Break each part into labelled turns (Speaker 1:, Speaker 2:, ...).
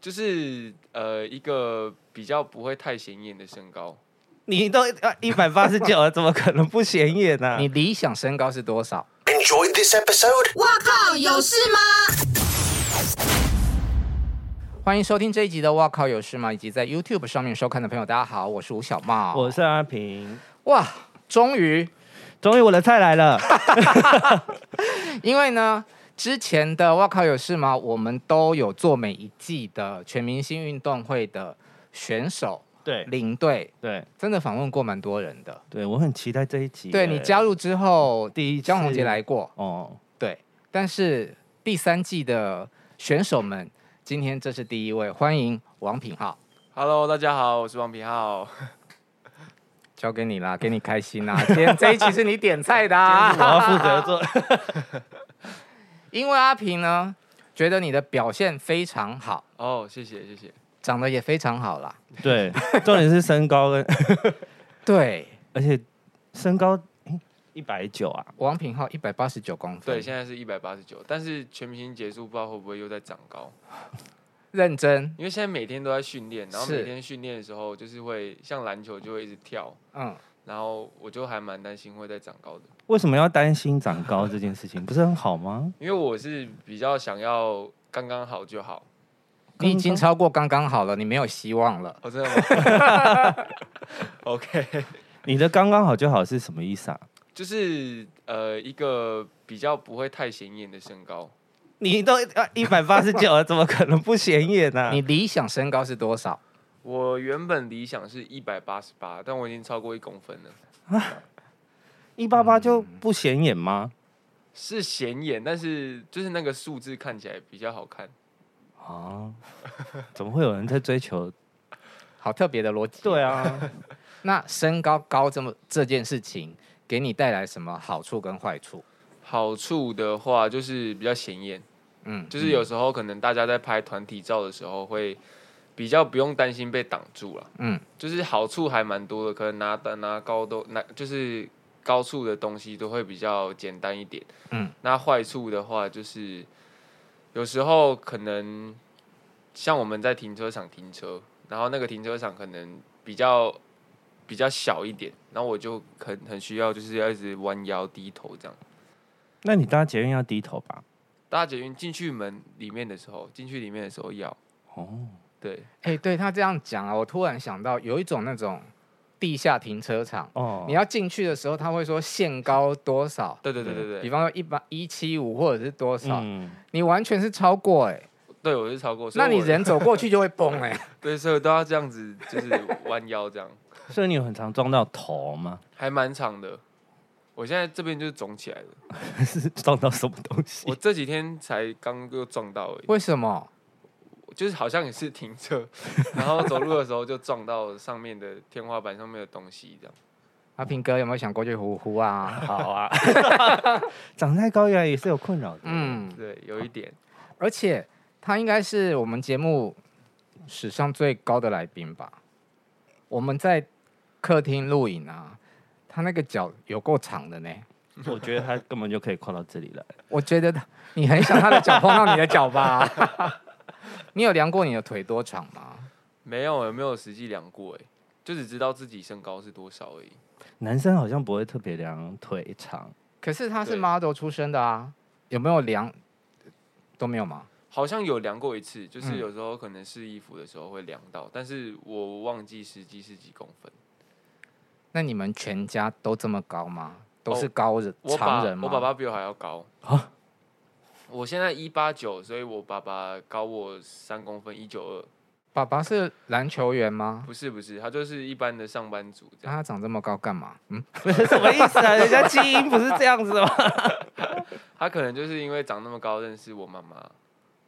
Speaker 1: 就是呃一个比较不会太显眼的身高，
Speaker 2: 你都呃一百八十九了，怎么可能不显眼啊 呢、
Speaker 3: 你理想身高是多少？
Speaker 4: Enjoyed this episode?
Speaker 5: 哇靠，有事吗？
Speaker 3: 欢迎收听这一集的《哇靠有事吗》，以及在 YouTube 上面收看的朋友，大家好，我是吴小茂。
Speaker 2: 我是阿平，
Speaker 3: 哇，终于，
Speaker 2: 终于我的菜来了。
Speaker 3: 因为呢，之前的《哇靠有事吗》，我们都有做每一季的全明星运动会的选手
Speaker 2: 对
Speaker 3: 领队，
Speaker 2: 对
Speaker 3: 真的访问过蛮多人的。
Speaker 2: 对，我很期待这一集。
Speaker 3: 对你加入之后，
Speaker 2: 第一次
Speaker 3: 江宏杰来过，
Speaker 2: 哦，
Speaker 3: 对，但是第三季的选手们，今天这是第一位，欢迎王品浩。
Speaker 1: Hello，大家好，我是王皮浩。
Speaker 3: 交给你啦，给 你开心啦。今天这一期是你点菜的、啊，
Speaker 2: 我要负责做。
Speaker 3: 因为阿平呢，觉得你的表现非常好，
Speaker 1: 哦、谢谢谢谢。
Speaker 3: 长得也非常好啦。
Speaker 2: 对，重点是身高跟，
Speaker 3: 对，
Speaker 2: 而且身高一百九啊，
Speaker 3: 王品浩一百八十九公分，
Speaker 1: 对，现在是一百八十九，但是全明星结束不知道会不会又在长高，
Speaker 3: 认真，
Speaker 1: 因为现在每天都在训练，然后
Speaker 3: 是
Speaker 1: 每天训练的时候就是会像篮球就会一直跳，
Speaker 3: 嗯，
Speaker 1: 然后我就还蛮担心会再长高的，
Speaker 2: 为什么要担心长高这件事情？不是很好吗？
Speaker 1: 因为我是比较想要刚刚好就好。
Speaker 3: 你已经超过刚刚好了，你没有希望了。
Speaker 1: 哦，真的吗 ？OK，
Speaker 2: 你的刚刚好就好是什么意思啊？
Speaker 1: 就是呃一个比较不会太显眼的身高，
Speaker 2: 你都呃一百八十九了，怎么可能不显眼啊呢、
Speaker 3: 你理想身高是多少？
Speaker 1: 我原本理想是一百八十八，但我已经超过一公分了，
Speaker 2: 一八八就不显眼吗？
Speaker 1: 是显眼，但是就是那个数字看起来比较好看。
Speaker 2: 啊，怎么会有人在追求？
Speaker 3: 好特别的逻辑。，
Speaker 2: 对啊，
Speaker 3: 那身高高这么这件事情，给你带来什么好处跟坏处？
Speaker 1: 好处的话就是比较显眼，
Speaker 3: 嗯，
Speaker 1: 就是有时候可能大家在拍团体照的时候会比较不用担心被挡住了。
Speaker 3: 嗯，
Speaker 1: 就是好处还蛮多的，可能拿拿高都拿就是高处的东西都会比较简单一点。
Speaker 3: 嗯，
Speaker 1: 那坏处的话就是有时候可能像我们在停车场停车，然后那个停车场可能比较比较小一点，然后我就很很需要就是要一直弯腰低头这样。
Speaker 2: 那你搭捷运要低头吧？
Speaker 1: 搭捷运进去门里面的时候，进去里面的时候要
Speaker 2: 哦，
Speaker 1: 对
Speaker 3: 哎、对他这样讲啊，我突然想到有一种那种地下停车场，
Speaker 2: 哦，
Speaker 3: 你要进去的时候，他会说限高多少，
Speaker 1: 对对对对
Speaker 3: 比
Speaker 1: 对，
Speaker 3: 方说一百一七五或者是多少，
Speaker 2: 嗯，
Speaker 3: 你完全是超过哎、
Speaker 1: 对我是超过，所以
Speaker 3: 那你
Speaker 1: 我
Speaker 3: 人走过去就会崩 哎、
Speaker 1: 对，所以我都要这样子，就是弯腰这样，
Speaker 2: 所以你有很常撞到头吗？
Speaker 1: 还蛮长的。我现在这边就是肿起来了，
Speaker 2: 是撞到什么东西
Speaker 1: 我？这几天才刚又撞到而已，
Speaker 3: 为什么？
Speaker 1: 就是好像也是停车，然后走路的时候就撞到上面的天花板上面的东西这样。
Speaker 3: 阿平哥有没有想过去呼 呼啊？
Speaker 2: 好啊， 长太高原来也是有困扰的。嗯，
Speaker 3: 嗯，
Speaker 1: 对，有一点
Speaker 3: 而且他应该是我们节目史上最高的来宾吧？我们在客厅录影啊，他那个脚有够长的呢。
Speaker 2: 我觉得他根本就可以跨到这里来。
Speaker 3: 我觉得他你很想他的脚碰到你的脚 吧？你有量过你的腿多长吗？
Speaker 1: 没有，有没有实际量过？哎，就只知道自己身高是多少而已。
Speaker 2: 男生好像不会特别量腿长，
Speaker 3: 可是他是
Speaker 1: 对
Speaker 3: model 出身的啊，有没有量都没有吗？
Speaker 1: 好像有量过一次，就
Speaker 3: 嗯
Speaker 1: 是有时候可能试衣服的时候会量到，但是我忘记实际是几公分。
Speaker 3: 那你们全家都这么高吗？都是
Speaker 1: 哦
Speaker 3: 高人、
Speaker 1: 我爸
Speaker 3: 常人吗？啊
Speaker 1: 我爸爸比我还要高我现在一八九，所以我爸爸高我三公分，一九二。
Speaker 3: 爸爸是篮球员吗？
Speaker 1: 不是不是，他就是一般的上班族这
Speaker 3: 那
Speaker 1: 样。
Speaker 3: 他长这么高干嘛？嗯，
Speaker 2: 什么意思啊？人家基因不是这样子吗？
Speaker 1: 他可能就是因为长那么高认识我妈妈，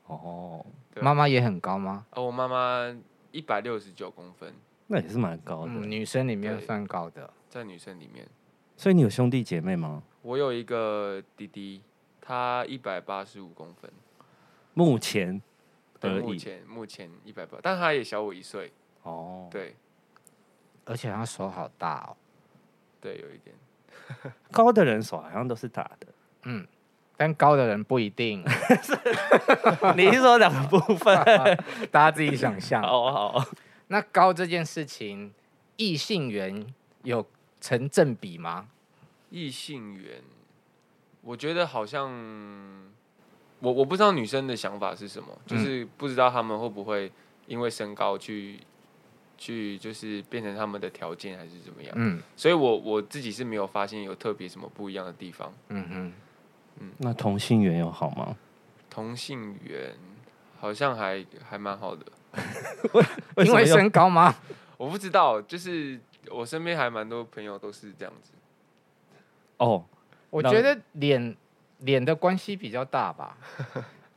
Speaker 2: 哦，
Speaker 1: 对
Speaker 3: 妈妈也很高吗？
Speaker 1: 而我妈妈一百六十九公分，
Speaker 2: 那也是蛮高的。
Speaker 3: 嗯，女生里面
Speaker 1: 对
Speaker 3: 算高的。
Speaker 1: 在女生里面，
Speaker 2: 所以你有兄弟姐妹吗？
Speaker 1: 我有一个弟弟，他一百八十五公分，
Speaker 2: 目前而
Speaker 1: 对，目
Speaker 2: 已。
Speaker 1: 前目前一百八，但他也小我一岁，
Speaker 2: 哦，
Speaker 1: 对
Speaker 3: 而且他手好大哦，
Speaker 1: 对，有一点。
Speaker 2: 高的人手好像都是大的。
Speaker 3: 嗯，但高的人不一定，
Speaker 2: 你是说两个部分？
Speaker 3: 大家自己想象。
Speaker 2: 好好，
Speaker 3: 那高这件事情，异性缘有成正比吗？
Speaker 1: 异性缘，我觉得好像我我不知道女生的想法是什么，就
Speaker 3: 嗯
Speaker 1: 是不知道她们会不会因为身高去去就是变成他们的条件还是怎么样，
Speaker 3: 嗯
Speaker 1: 所以我我自己是没有发现有特别什么不一样的地方。
Speaker 3: 嗯嗯，
Speaker 2: 那同性缘有好吗？
Speaker 1: 同性缘好像还还蛮好的，
Speaker 3: 因为
Speaker 2: 什么
Speaker 3: 身高吗？
Speaker 1: 我不知道，就是我身边还蛮多朋友都是这样子。
Speaker 2: 又哦，
Speaker 3: 我
Speaker 2: 那
Speaker 3: 觉得脸脸的关系比较大吧。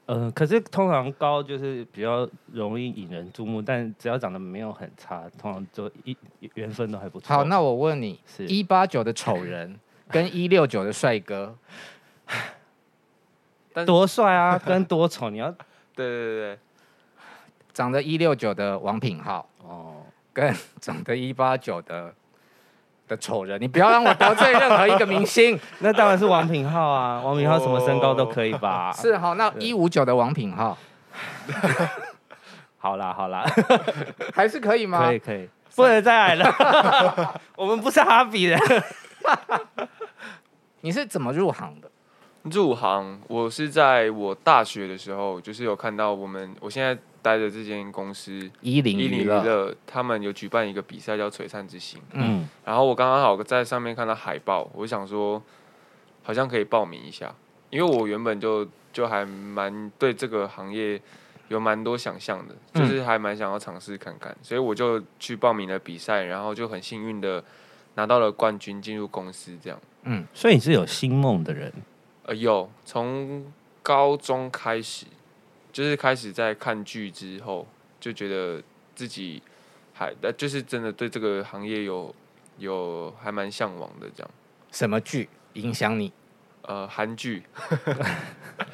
Speaker 2: 呃，可是通常高就是比较容易引人注目，但只要长得没有很差，通常就一缘分都还不错。
Speaker 3: 好，那我问你，
Speaker 2: 是
Speaker 3: 一八九的丑人跟一六九的帅哥，
Speaker 2: 多帅啊，跟多丑你要
Speaker 1: 对对对
Speaker 3: 长得一六九的王品浩
Speaker 2: 哦，
Speaker 3: 跟长得一八九的的丑人，你不要让我得罪任何一个 明星。
Speaker 2: 那当然是王品浩啊，王品浩什么身高都可以吧？
Speaker 3: 哦是好，那一五九的王品浩
Speaker 2: 好啦好啦，
Speaker 3: 还是可以吗
Speaker 2: 可？以可以，不能再来了， 我们不是哈比人。
Speaker 3: 你是怎么入行的？
Speaker 1: 对，入行我是在我大学的时候，就是有看到我们我现在待的这间公司
Speaker 3: 一零
Speaker 1: 一零
Speaker 3: 娱
Speaker 1: 娱
Speaker 3: 乐，
Speaker 1: 乐，他们有举办一个比赛叫“璀璨之星
Speaker 3: 嗯，”，
Speaker 1: 然后我刚刚好在上面看到海报，我就想说好像可以报名一下，因为我原本就就还蛮对这个行业有蛮多想象的，
Speaker 3: 嗯
Speaker 1: 就是还蛮想要尝试看看，所以我就去报名了比赛，然后就很幸运的拿到了冠军，进入公司这样。
Speaker 2: 所以你是有星梦的人，
Speaker 1: 呃，有从高中开始，就是开始在看剧之后，就觉得自己还，呃，就是真的对这个行业有有还蛮向往的这样。
Speaker 3: 什么剧影响你？
Speaker 1: 呃，韩剧，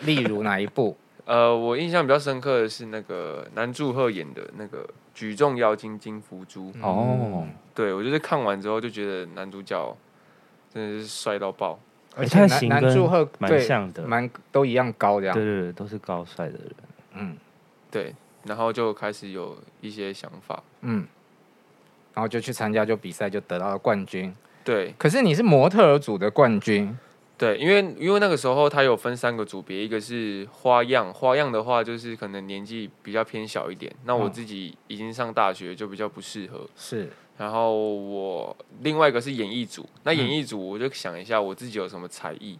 Speaker 3: 例如哪 一部？
Speaker 1: 呃，我印象比较深刻的是那个南柱赫演的那个《举重妖精金福珠》
Speaker 3: 嗯
Speaker 2: 哦
Speaker 1: 对我就是看完之后就觉得男主角真的是帅到爆。
Speaker 3: 而
Speaker 2: 欸
Speaker 3: 且
Speaker 2: 他的
Speaker 3: 男
Speaker 2: 型
Speaker 3: 男
Speaker 2: 跟
Speaker 3: 祝贺
Speaker 2: 蛮
Speaker 3: 对
Speaker 2: 像的
Speaker 3: 蛮都一样高这
Speaker 2: 对
Speaker 3: 样。
Speaker 2: 对对，都是高帅的人。
Speaker 3: 嗯
Speaker 1: 对，然后就开始有一些想法。
Speaker 3: 嗯，然后就去参加就比赛，就得到了冠军。
Speaker 1: 对，
Speaker 3: 可是你是模特儿组的冠军，
Speaker 1: 对，因为因为那个时候它有分三个组别，一个是花样，花样的话就是可能年纪比较偏小一点，那我
Speaker 3: 嗯
Speaker 1: 自己已经上大学就比较不适合。
Speaker 3: 是
Speaker 1: 然后我另外一个是演艺组，那
Speaker 3: 嗯
Speaker 1: 演艺组我就想一下我自己有什么才艺，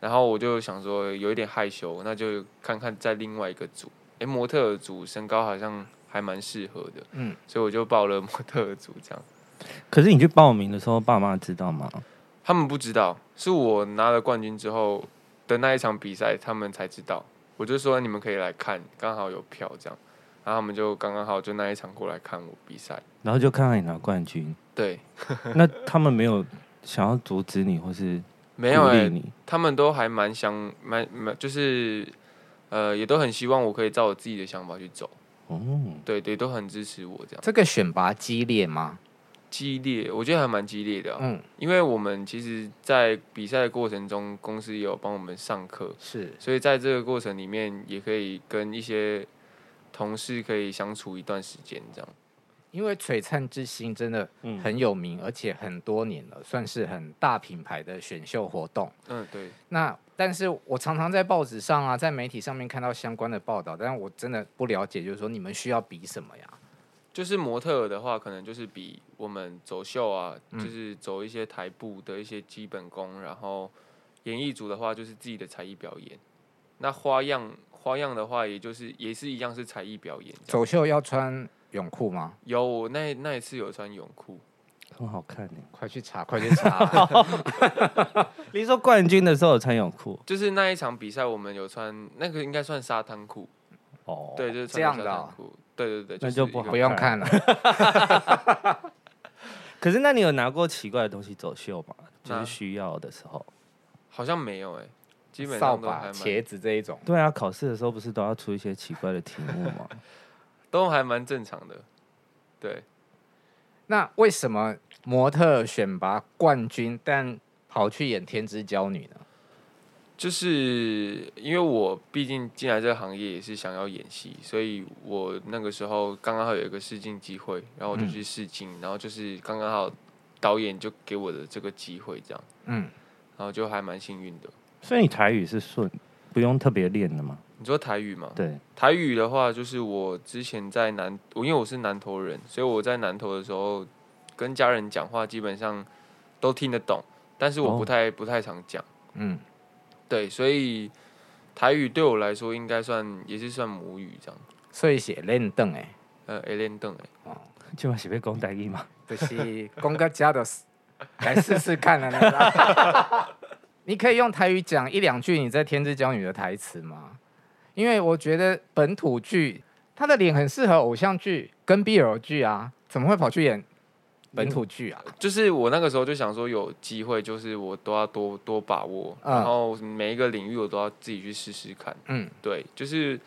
Speaker 1: 然后我就想说有一点害羞，那就看看在另外一个组，诶，模特儿组身高好像还蛮适合的，
Speaker 3: 嗯，
Speaker 1: 所以我就报了模特儿组这样。
Speaker 2: 可是你去报名的时候，爸妈知道吗？
Speaker 1: 他们不知道，是我拿了冠军之后的那一场比赛，他们才知道。我就说你们可以来看，刚好有票这样，然后他们就刚刚好就那一场过来看我比赛。
Speaker 2: 然后就看到你拿冠军，
Speaker 1: 对，
Speaker 2: 那他们没有想要阻止你或是
Speaker 1: 没有
Speaker 2: 鼓
Speaker 1: 哎、
Speaker 2: 励你？
Speaker 1: 他们都还蛮想蛮蛮就是呃，也都很希望我可以照我自己的想法去走。
Speaker 2: 哦，
Speaker 1: 对对，都很支持我这样，
Speaker 3: 这个选拔激烈吗？
Speaker 1: 激烈，我觉得还蛮激烈的啊、
Speaker 3: 嗯，
Speaker 1: 因为我们其实，在比赛的过程中，公司也有帮我们上课，
Speaker 3: 是
Speaker 1: 所以在这个过程里面，也可以跟一些同事可以相处一段时间，这样。
Speaker 3: 因为璀璨之星真的
Speaker 2: 嗯
Speaker 3: 很有名，而且很多年了，算是很大品牌的选秀活动。
Speaker 1: 嗯，对，
Speaker 3: 那但是我常常在报纸上啊，在媒体上面看到相关的报道，但我真的不了解，就是说你们需要比什么呀？
Speaker 1: 就是模特儿的话，可能就是比我们走秀啊，
Speaker 3: 嗯
Speaker 1: 就是走一些台步的一些基本功，然后演艺组的话就是自己的才艺表演。那花样花样的话，也就是也是一样是才艺表演这样。
Speaker 3: 走秀要穿泳裤吗？
Speaker 1: 有我那那一次有穿泳裤，
Speaker 2: 很好看欸呢。
Speaker 3: 快去查，快去查！
Speaker 2: 你说冠军的时候有穿泳裤
Speaker 1: 就是那一场比赛我们有穿那个应该算沙滩裤，
Speaker 2: 哦，
Speaker 1: 对，就是
Speaker 3: 这
Speaker 1: 穿
Speaker 3: 样
Speaker 1: 沙
Speaker 3: 的
Speaker 1: 滩
Speaker 3: 哦
Speaker 1: 裤，对对对，
Speaker 2: 那
Speaker 1: 是
Speaker 2: 就不
Speaker 1: 一个
Speaker 2: 好
Speaker 3: 不用看了，
Speaker 2: 可是那你有拿过奇怪的东西走秀吗？就是
Speaker 1: 那
Speaker 2: 需要的时候。
Speaker 1: 好像没有哎、基本
Speaker 3: 扫
Speaker 1: 上都还
Speaker 3: 把、
Speaker 1: 蛮
Speaker 3: 茄子这一种。
Speaker 2: 对啊，考试的时候不是都要出一些奇怪的题目吗？
Speaker 1: 都还蛮正常的。对，
Speaker 3: 那为什么模特选拔冠军，但跑去演天之娇女呢？
Speaker 1: 就是因为我毕竟进来这个行业也是想要演戏，所以我那个时候刚刚好有一个试镜机会，然后我就
Speaker 3: 嗯
Speaker 1: 去试镜，然后就是刚刚好导演就给我的这个机会，这样，
Speaker 3: 嗯，
Speaker 1: 然后就还蛮幸运的。
Speaker 2: 所以你台语是顺，不用特别练的嘛？
Speaker 1: 你说台语吗？
Speaker 2: 对，
Speaker 1: 台语的话，就是我之前在南，我因为我是南投人，所以我在南投的时候跟家人讲话基本上都听得懂，但是我不
Speaker 2: 哦
Speaker 1: 太、不太常讲。
Speaker 3: 嗯，
Speaker 1: 对，所以台语对我来说应该算也是算母语这样。
Speaker 3: 所以写练凳欸诶，
Speaker 1: 呃，A 练邓哎，
Speaker 2: 今晚是被讲台语嘛？
Speaker 3: 就是公哥家的，来试试看啊你啦。 你可以用台语讲一两句你在《天之娇女》的台词吗？因为我觉得本土剧，她的脸很适合偶像剧跟 BL 剧啊，怎么会跑去演本土剧啊？
Speaker 1: 就是我那个时候就想说有机会，就是我都要多多把握，
Speaker 3: 嗯
Speaker 1: 然后每一个领域我都要自己去试试看。
Speaker 3: 嗯，
Speaker 1: 对，就是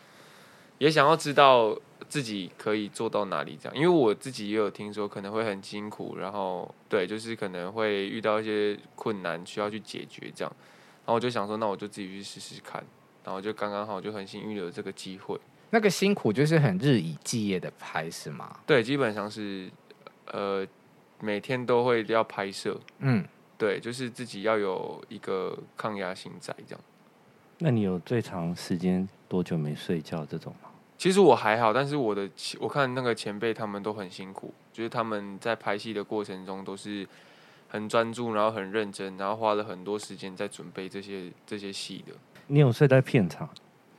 Speaker 1: 也想要知道自己可以做到哪里这样，因为我自己也有听说可能会很辛苦，然后对，就是可能会遇到一些困难需要去解决这样，然后我就想说，那我就自己去试试看，然后就刚刚好就很幸运有这个机会，
Speaker 3: 那个辛苦就是很日以继夜的拍是吗？
Speaker 1: 对，基本上是呃每天都会要拍摄，
Speaker 3: 嗯，
Speaker 1: 对，就是自己要有一个抗压性在这样。
Speaker 2: 那你有最长时间多久没睡觉这种吗？
Speaker 1: 其实我还好，但是我的前我看那个前辈他们都很辛苦，就是他们在拍戏的过程中都是很专注，然后很认真，然后花了很多时间在准备这些这些戏的。
Speaker 2: 你有睡在片场？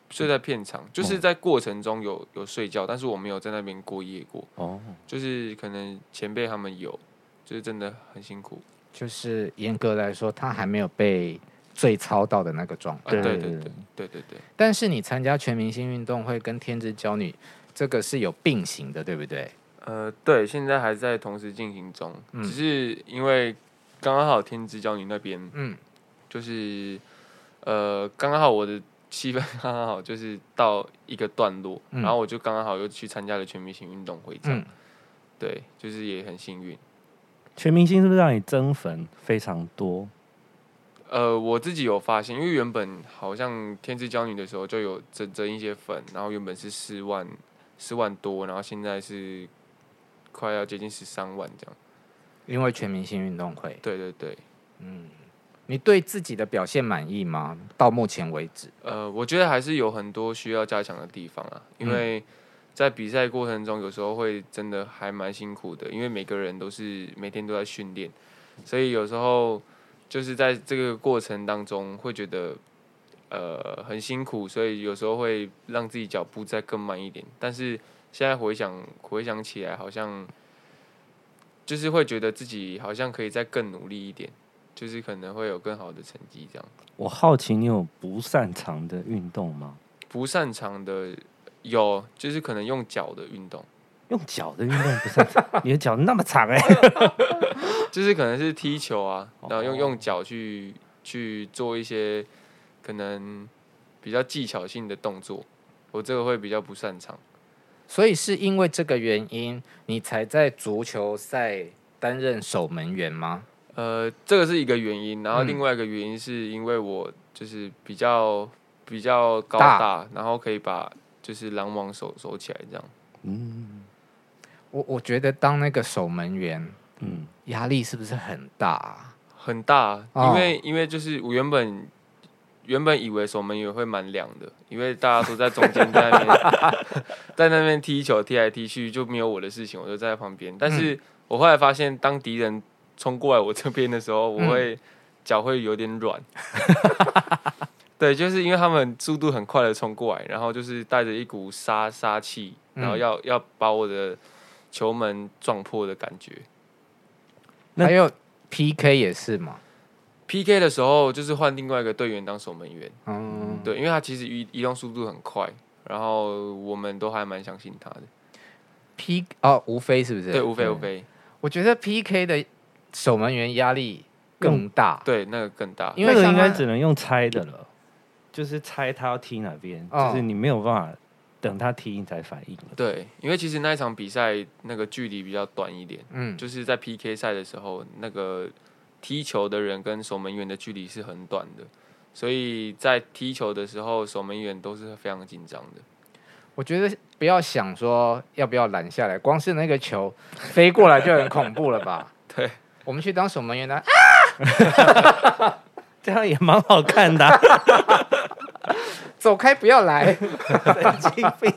Speaker 1: 睡在片场，就是在过程中有有睡觉，但是我没有在那边过夜过，
Speaker 2: 哦，
Speaker 1: 就是可能前辈他们有，就是真的很辛苦。
Speaker 3: 就是严格来说，她还没有被最操到的那个状态。
Speaker 1: 啊，对对
Speaker 2: 对
Speaker 1: 对对对对，
Speaker 3: 但是你参加全明星运动会跟天之娇女，这个是有并行的，对不对？
Speaker 1: 呃，对，现在还在同时进行中，只是因为刚刚好天之娇女那边
Speaker 3: 嗯，
Speaker 1: 就是呃，刚刚好我的戏份刚刚好就是到一个段落，
Speaker 3: 嗯
Speaker 1: 然后我就刚刚好又去参加了全明星运动会，这样、
Speaker 3: 嗯
Speaker 1: 对，就是也很幸运。
Speaker 2: 全明星是不是让你增粉非常多？
Speaker 1: 呃，我自己有发现，因为原本好像天之娇女的时候就有增增一些粉，然后原本是四万四万多，然后现在是快要接近十三万这样。
Speaker 3: 因为全明星运动会，
Speaker 1: 对对对，
Speaker 3: 你对自己的表现满意吗？到目前为止，
Speaker 1: 呃，我觉得还是有很多需要加强的地方啊，因
Speaker 3: 嗯
Speaker 1: 为在比赛过程中，有时候会真的还蛮辛苦的，因为每个人都是每天都在训练，所以有时候就是在这个过程当中会觉得呃很辛苦，所以有时候会让自己脚步再更慢一点。但是现在回想回想起来，好像就是会觉得自己好像可以再更努力一点，就是可能会有更好的成绩这样。
Speaker 2: 我好奇你有不擅长的运动吗？
Speaker 1: 不擅长的有，就是可能用脚的运动，
Speaker 2: 用脚的运动不擅 长，你的脚那么长哎、
Speaker 1: 就是可能是踢球啊，然后用
Speaker 2: 哦
Speaker 1: 用脚去去做一些可能比较技巧性的动作，我这个会比较不擅长。
Speaker 3: 所以是因为这个原因，你才在足球赛担任守门员吗？
Speaker 1: 呃，这个是一个原因，然后
Speaker 3: 嗯
Speaker 1: 另外一个原因是因为我就是比较比较高
Speaker 3: 大
Speaker 1: 大，然后可以把就是拦网手手起来这样。
Speaker 2: 嗯
Speaker 3: 我我觉得当那个守门员，
Speaker 2: 嗯，
Speaker 3: 压力是不是很大、啊？
Speaker 1: 很大，
Speaker 3: 哦
Speaker 1: 因为、因为就是我原本原本以为守门员会蛮凉的，因为大家都在中间在那 边在那边踢球踢来踢去，就没有我的事情，我就在旁边。但
Speaker 3: 嗯
Speaker 1: 是我后来发现，当敌人冲过来我这边的时候，
Speaker 3: 嗯
Speaker 1: 我会脚、会有点 软。对，就是因为他们速度很快的冲过来，然后就是带着一股杀杀气，然后
Speaker 3: 嗯
Speaker 1: 要、要把我的球门撞破的感觉。
Speaker 2: 那
Speaker 3: 还有 PK 也是嘛？
Speaker 1: PK 的时候，就是换另外一个队员当守门员，
Speaker 3: 嗯，
Speaker 1: 对，因为他其实移移动速度很快，然后我们都还蛮相信他的。
Speaker 3: ，P 哦，吴飞是不是？嗯
Speaker 1: 对，无非无非，
Speaker 3: 我觉得 PK 的守门员压力更大。
Speaker 1: 对，那个更大。
Speaker 3: 因为
Speaker 2: 那个
Speaker 3: 像
Speaker 2: 应该
Speaker 3: 他
Speaker 2: 只能用猜的了，就是猜他要踢哪边，
Speaker 3: 哦
Speaker 2: 就是你没有办法等他踢你才反应了。
Speaker 1: 对，因为其实那一场比赛那个距离比较短一点，
Speaker 3: 嗯，
Speaker 1: 就是在 PK 赛的时候，那个踢球的人跟守门员的距离是很短的，所以在踢球的时候，守门员都是非常紧张的。
Speaker 3: 我觉得不要想说要不要拦下来，光是那个球飞过来就很恐怖了 吧？
Speaker 1: 对，
Speaker 3: 我们去当守门员的，啊
Speaker 2: 这样也蛮好看 的啊、
Speaker 3: 走开，不要 来。
Speaker 2: 神经病。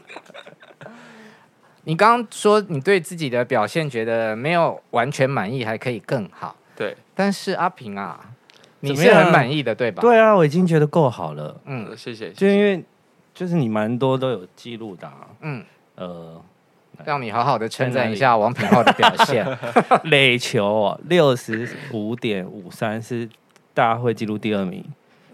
Speaker 3: 你刚刚说你对自己的表现觉得没有完全满意，还可以更好，
Speaker 1: 对，
Speaker 3: 但是阿平啊，你
Speaker 2: 怎么
Speaker 3: 是
Speaker 2: 样
Speaker 3: 很满意的对吧？，
Speaker 2: 对啊，我已经觉得够好了，
Speaker 3: 嗯
Speaker 1: 谢谢。
Speaker 2: 就
Speaker 1: 谢
Speaker 2: 因
Speaker 1: 谢
Speaker 2: 为就是你蛮多都有记录的啊、
Speaker 3: 嗯，
Speaker 2: 呃，
Speaker 3: 让你好好的称
Speaker 2: 在哪
Speaker 3: 赞一
Speaker 2: 里
Speaker 3: 下王品浩的表现。
Speaker 2: 垒球哦六十五点五三是大会纪录第二名，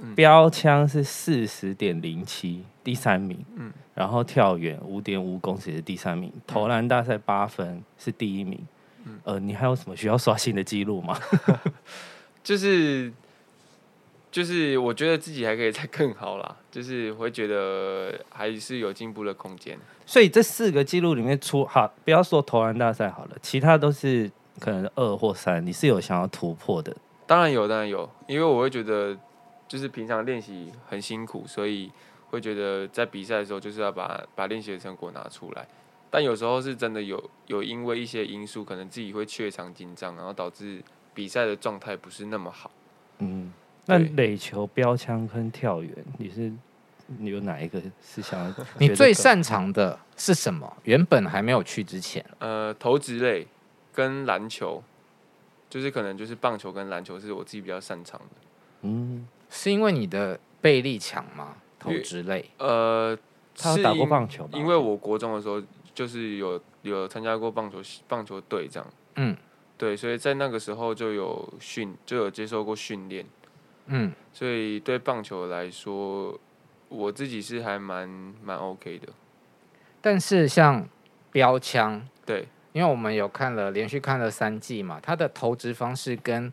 Speaker 1: 嗯
Speaker 2: 标枪是四十点零七，第三名。
Speaker 1: 嗯
Speaker 2: 然后跳远五点五公尺是第三名，投篮大赛八分是第一名。
Speaker 1: 嗯
Speaker 2: 呃，你还有什么需要刷新的记录吗？
Speaker 1: 就是就是，我觉得自己还可以再更好啦，就是会觉得还是有进步的空间。
Speaker 2: 所以这四个记录里面出好，不要说投篮大赛好了，其他都是可能二或三，你是有想要突破的。
Speaker 1: 当然有，当然有，因为我会觉得就是平常练习很辛苦，所以会觉得在比赛的时候就是要把把练习的成果拿出来。但有时候是真的有有因为一些因素，可能自己会怯场、紧张，然后导致比赛的状态不是那么好。
Speaker 2: 嗯，那
Speaker 1: 对
Speaker 2: 垒球、标枪跟跳远，你是你有哪一个是想 要觉得更？
Speaker 3: 你最擅长的是什么？原本还没有去之前，
Speaker 1: 呃，投掷类跟篮球，就是可能就是棒球跟篮球是我自己比较擅长的。
Speaker 2: 嗯，
Speaker 3: 是因为你的背力强吗？投掷类，
Speaker 1: 呃，
Speaker 2: 他
Speaker 1: 是
Speaker 2: 有打过
Speaker 1: 因
Speaker 2: 棒球吧？
Speaker 1: 因为我国中的时候就是有有参加过棒球棒球队这样，
Speaker 3: 嗯
Speaker 1: 对，所以在那个时候就有训就有接受过训练，
Speaker 3: 嗯，
Speaker 1: 所以对棒球来说，我自己是还蛮蛮 OK 的，
Speaker 3: 但是像标枪，
Speaker 1: 对，
Speaker 3: 因为我们有看了连续看了三季嘛，它的投掷方式跟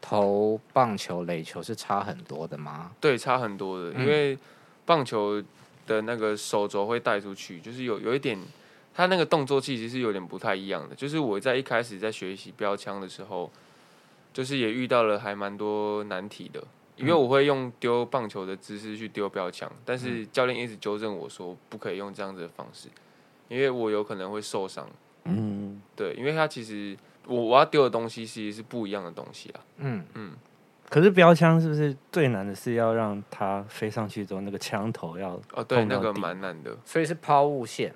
Speaker 3: 投棒球、垒球是差很多的吗？
Speaker 1: 对，差很多
Speaker 2: 嗯
Speaker 1: 的，因为棒球的那个手肘会带出去，就是有有一点，他那个动作其实是有点不太一样的。就是我在一开始在学习标枪的时候，就是也遇到了还蛮多难题的，因
Speaker 2: 嗯
Speaker 1: 为我会用丢棒球的姿势去丢标枪，但是
Speaker 2: 嗯
Speaker 1: 教练一直纠正我说不可以用这样子的方式，因为我有可能会受伤。
Speaker 2: 嗯，
Speaker 1: 对，因为他其实我我要丢的东西其实是不一样的东西啊。
Speaker 3: 嗯，
Speaker 1: 嗯，
Speaker 2: 可是标枪是不是最难的是要让它飞上去之后，那个枪头要
Speaker 1: 哦，对，
Speaker 2: 碰到
Speaker 1: 那个
Speaker 2: 地
Speaker 1: 蛮难的。
Speaker 3: 所以是抛物线。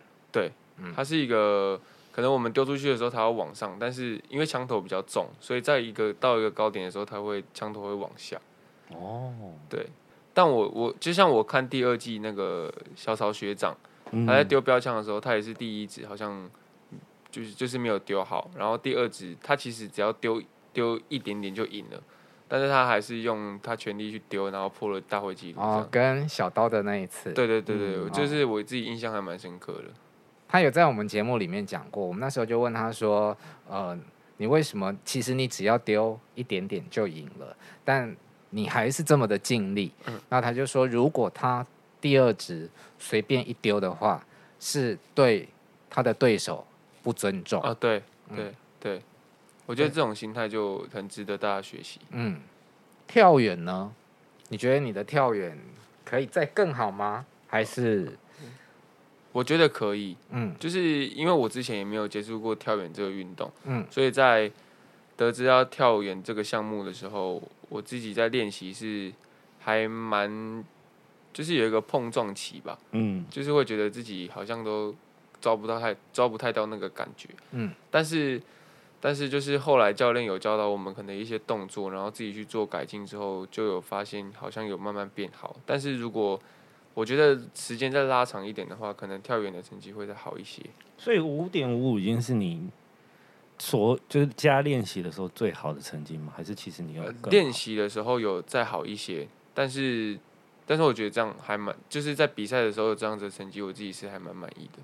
Speaker 2: 嗯
Speaker 1: 它是一个可能我们丢出去的时候它会往上，但是因为枪头比较重，所以在一个到一个高点的时候，它会枪头会往下。
Speaker 2: 哦，
Speaker 1: 对，但我我就像我看第二季那个小曹学长，
Speaker 2: 嗯
Speaker 1: 他在丢标枪的时候，他也是第一指好像就是就是没有丢好，然后第二指他其实只要丢丢一点点就赢了。但是他还是用他全力去丢，然后破了大会纪录。这
Speaker 3: 哦
Speaker 1: 样，
Speaker 3: 跟小刀的那一次，
Speaker 1: 对对对对，
Speaker 2: 嗯
Speaker 1: 就是我自己印象还蛮深刻的。
Speaker 3: 他有在我们节目里面讲过，我们那时候就问他说，呃，你为什么其实你只要丢一点点就赢了，但你还是这么的尽力？
Speaker 1: 嗯
Speaker 3: 那他就说，如果他第二值随便一丢的话，是对他的对手不尊重。
Speaker 1: 啊，对
Speaker 3: 嗯
Speaker 1: 对对，我觉得这种心态就很值得大家学习。
Speaker 3: 嗯，跳远呢？你觉得你的跳远可以再更好吗？还是
Speaker 1: 我觉得可以，
Speaker 3: 嗯
Speaker 1: 就是因为我之前也没有接触过跳远这个运动，
Speaker 3: 嗯
Speaker 1: 所以在得知要跳远这个项目的时候，我自己在练习是还蛮，就是有一个碰撞期吧，
Speaker 2: 嗯
Speaker 1: 就是会觉得自己好像都抓不到太抓不太到那个感觉，
Speaker 3: 嗯，
Speaker 1: 但是但是就是后来教练有教导我们可能一些动作，然后自己去做改进之后，就有发现好像有慢慢变好。但是如果我觉得时间再拉长一点的话，可能跳远的成绩会再好一些。
Speaker 2: 所以五点五五已经是你所就是加练习的时候最好的成绩吗？还是其实你要
Speaker 1: 呃
Speaker 2: 更好
Speaker 1: 练？习的时候有再好一些，但是但是我觉得这样还蛮，就是在比赛的时候有这样子的成绩，我自己是还蛮满意的。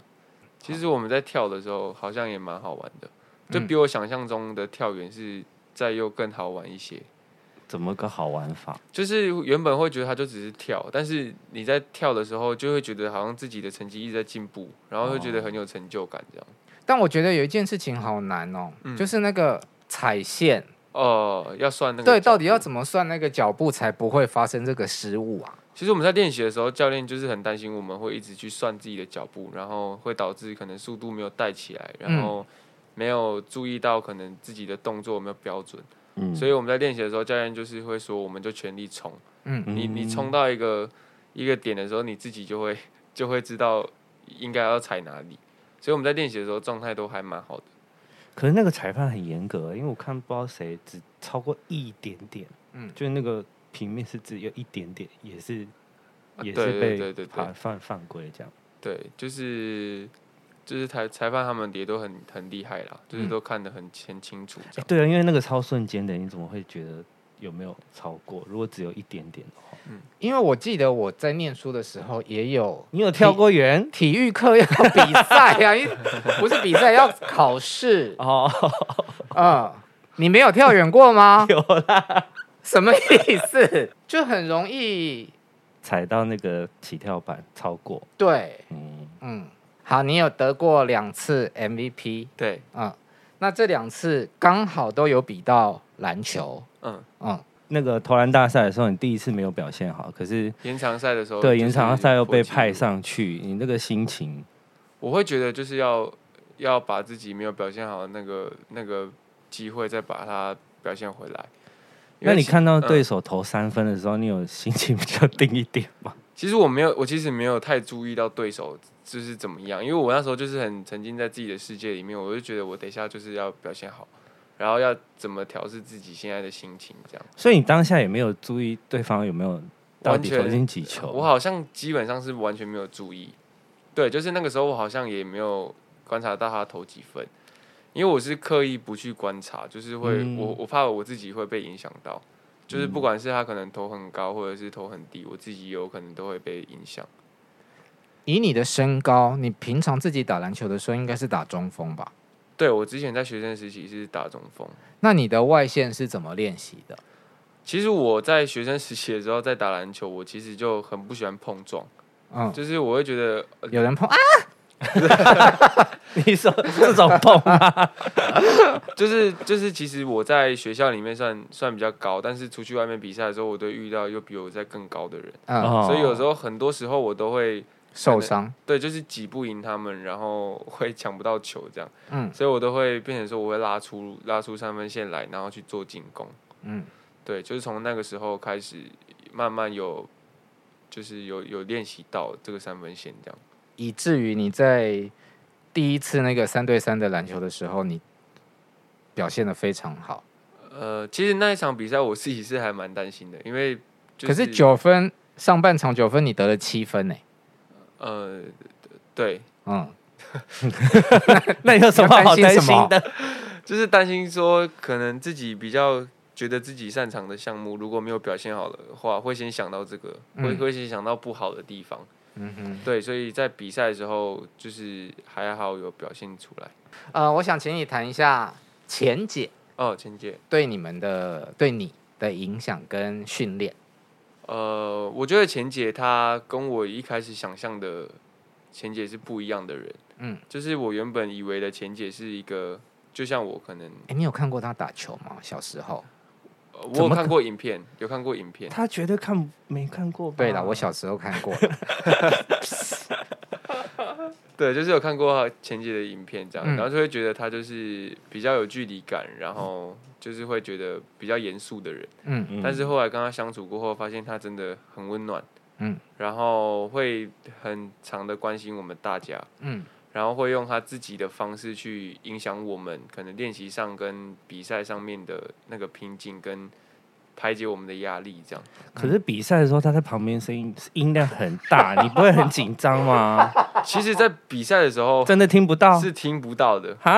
Speaker 1: 其实我们在跳的时候好像也蛮好玩的，就
Speaker 3: 嗯
Speaker 1: 比我想象中的跳远是再又更好玩一些。
Speaker 2: 怎么个好玩法？
Speaker 1: 就是原本会觉得他就只是跳，但是你在跳的时候，就会觉得好像自己的成绩一直在进步，然后会觉得很有成就感这样。
Speaker 3: 但我觉得有一件事情好难哦，
Speaker 1: 嗯
Speaker 3: 就是那个踩线。
Speaker 1: 哦，哦，要算那个
Speaker 3: 对，
Speaker 1: 角
Speaker 3: 到底要
Speaker 1: 度
Speaker 3: 怎么算那个脚步才不会发生这个失误啊？
Speaker 1: 其实我们在练习的时候，教练就是很担心我们会一直去算自己的脚步，然后会导致可能速度没有带起来，然后没有注意到可能自己的动作有没有标准。
Speaker 2: 嗯，
Speaker 1: 所以我们在练习的时候，教练就是会说，我们就全力冲。
Speaker 3: 嗯，
Speaker 1: 你你冲到一个一个点的时候，你自己就会就会知道应该要踩哪里。所以我们在练习的时候状态都还蛮好的。
Speaker 2: 可是那个裁判很严格，因为我看不知道谁只超过一点点，
Speaker 3: 嗯
Speaker 2: 嗯，就是那个平面是只有一点点，也是
Speaker 1: 啊
Speaker 2: 也
Speaker 1: 对
Speaker 2: 是
Speaker 1: 对
Speaker 2: 被
Speaker 1: 对对对
Speaker 2: 判犯犯规这样。
Speaker 1: 对，就是就是裁裁判他们也都很很厉害啦，就是都看得很很清楚这
Speaker 2: 哎
Speaker 1: 样。
Speaker 2: 对啊，因为那个超瞬间的，你怎么会觉得有没有超过？如果只有一点点的话，
Speaker 3: 因为我记得我在念书的时候也有
Speaker 2: 你有跳过圆
Speaker 3: 体育课要比赛呀、因为不是比赛要考试
Speaker 1: 哎
Speaker 2: 哦，
Speaker 3: 嗯，你没有跳远过吗？有啦，什么意思？就很容易
Speaker 2: 踩到那个起跳板超过，
Speaker 3: 对，
Speaker 2: 嗯，
Speaker 3: 嗯，好，你有得过两次 MVP，
Speaker 1: 对，
Speaker 3: 嗯，那这两次刚好都有比到篮球，
Speaker 1: 嗯，
Speaker 3: 嗯，
Speaker 2: 那个投篮大赛的时候，你第一次没有表现好，可是
Speaker 1: 延长赛的时候
Speaker 2: 对
Speaker 1: 哦就
Speaker 2: 延
Speaker 1: 是
Speaker 2: 长赛又
Speaker 1: 破
Speaker 2: 被
Speaker 1: 纪
Speaker 2: 派
Speaker 1: 录
Speaker 2: 上去，你那个心情，
Speaker 1: 我会觉得就是要要把自己没有表现好的那个那个机会再把它表现回来。因为
Speaker 2: 那你
Speaker 1: 其，
Speaker 2: 看
Speaker 1: 嗯
Speaker 2: 到对手投三分的时候，你有心情比较定一点吗？
Speaker 1: 其实我没有，我其实没有太注意到对手就是怎么样，因为我那时候就是很沉浸在自己的世界里面，我就觉得我等一下就是要表现好，然后要怎么调试自己现在的心情这样。
Speaker 2: 所以你当下也没有注意对方有没有到
Speaker 1: 完
Speaker 2: 底
Speaker 1: 全
Speaker 2: 投进几球。
Speaker 1: 我好像基本上是完全没有注意，对，就是那个时候我好像也没有观察到他投几分，因为我是刻意不去观察，就是会、
Speaker 2: 嗯
Speaker 1: 我我怕我自己会被影响到，就是不管是他可能投很高或者是投很低，我自己有可能都会被影响。
Speaker 3: 以你的身高，你平常自己打篮球的时候应该是打中锋吧？
Speaker 1: 对我之前在学生时期是打中锋，
Speaker 3: 那你的外线是怎么练习的？
Speaker 1: 其实我在学生时期的时候在打篮球，我其实就很不喜欢碰撞，
Speaker 3: 嗯，
Speaker 1: 就是我会觉得呃
Speaker 3: 有人碰啊，
Speaker 2: 你说这种啊碰吗，
Speaker 1: 就是就是，其实我在学校里面算算比较高，但是出去外面比赛的时候，我都遇到又比我在更高的人，
Speaker 3: 嗯，
Speaker 2: 哦
Speaker 1: 所以有时候很多时候我都会
Speaker 3: 受伤，
Speaker 1: 对，就是挤不赢他们，然后会抢不到球这样，
Speaker 3: 嗯
Speaker 1: 所以我都会变成说我会拉出拉出三分线来，然后去做进攻。
Speaker 3: 嗯，
Speaker 1: 对，就是从那个时候开始，慢慢有就是有有练习到这个三分线这样。
Speaker 3: 以至于你在第一次那个三对三的篮球的时候，你表现的非常好。
Speaker 1: 呃，其实那一场比赛我自己是还蛮担心的，因为、就
Speaker 3: 可是九分上半场九分，你得了七分呢、
Speaker 1: 呃对，
Speaker 3: 嗯，
Speaker 2: 那有什么好担心的？
Speaker 1: 就是担心说，可能自己比较觉得自己擅长的项目，如果没有表现好的话，会先想到这个，会
Speaker 3: 嗯
Speaker 1: 会先想到不好的地方。
Speaker 3: 嗯哼，
Speaker 1: 对，所以在比赛的时候，就是还好有表现出来。
Speaker 3: 呃，我想请你谈一下钱姐
Speaker 1: 哦，千姐，
Speaker 3: 对你们的对你的影响跟训练。
Speaker 1: 呃，我觉得钱姐她跟我一开始想象的钱姐是不一样的人。
Speaker 3: 嗯，
Speaker 1: 就是我原本以为的钱姐是一个，就像我可能，
Speaker 3: 哎、你有看过她打球吗？小时候？
Speaker 1: 呃
Speaker 2: 怎
Speaker 1: 我有
Speaker 2: 么
Speaker 1: 看
Speaker 2: 可
Speaker 1: 过影片，有看过影片。
Speaker 2: 他绝对看没看过吧？
Speaker 3: 对了，我小时候看过。
Speaker 1: 对，就是有看过前姐的影片这样，
Speaker 3: 嗯
Speaker 1: 然后就会觉得他就是比较有距离感，然后就是会觉得比较严肃的人。
Speaker 3: 嗯
Speaker 2: 嗯，
Speaker 1: 但是后来跟他相处过后，发现他真的很温暖，
Speaker 3: 嗯，
Speaker 1: 然后会很常的关心我们大家，
Speaker 3: 嗯
Speaker 1: 然后会用他自己的方式去影响我们，可能练习上跟比赛上面的那个瓶颈跟排解我们的压力这样。
Speaker 2: 可是比赛的时候他在旁边声音音量很 大，你不会很紧张吗？
Speaker 1: 其实，在比赛的时候
Speaker 3: 哦
Speaker 2: 真的听不到
Speaker 1: 是听不到的，
Speaker 2: 啊？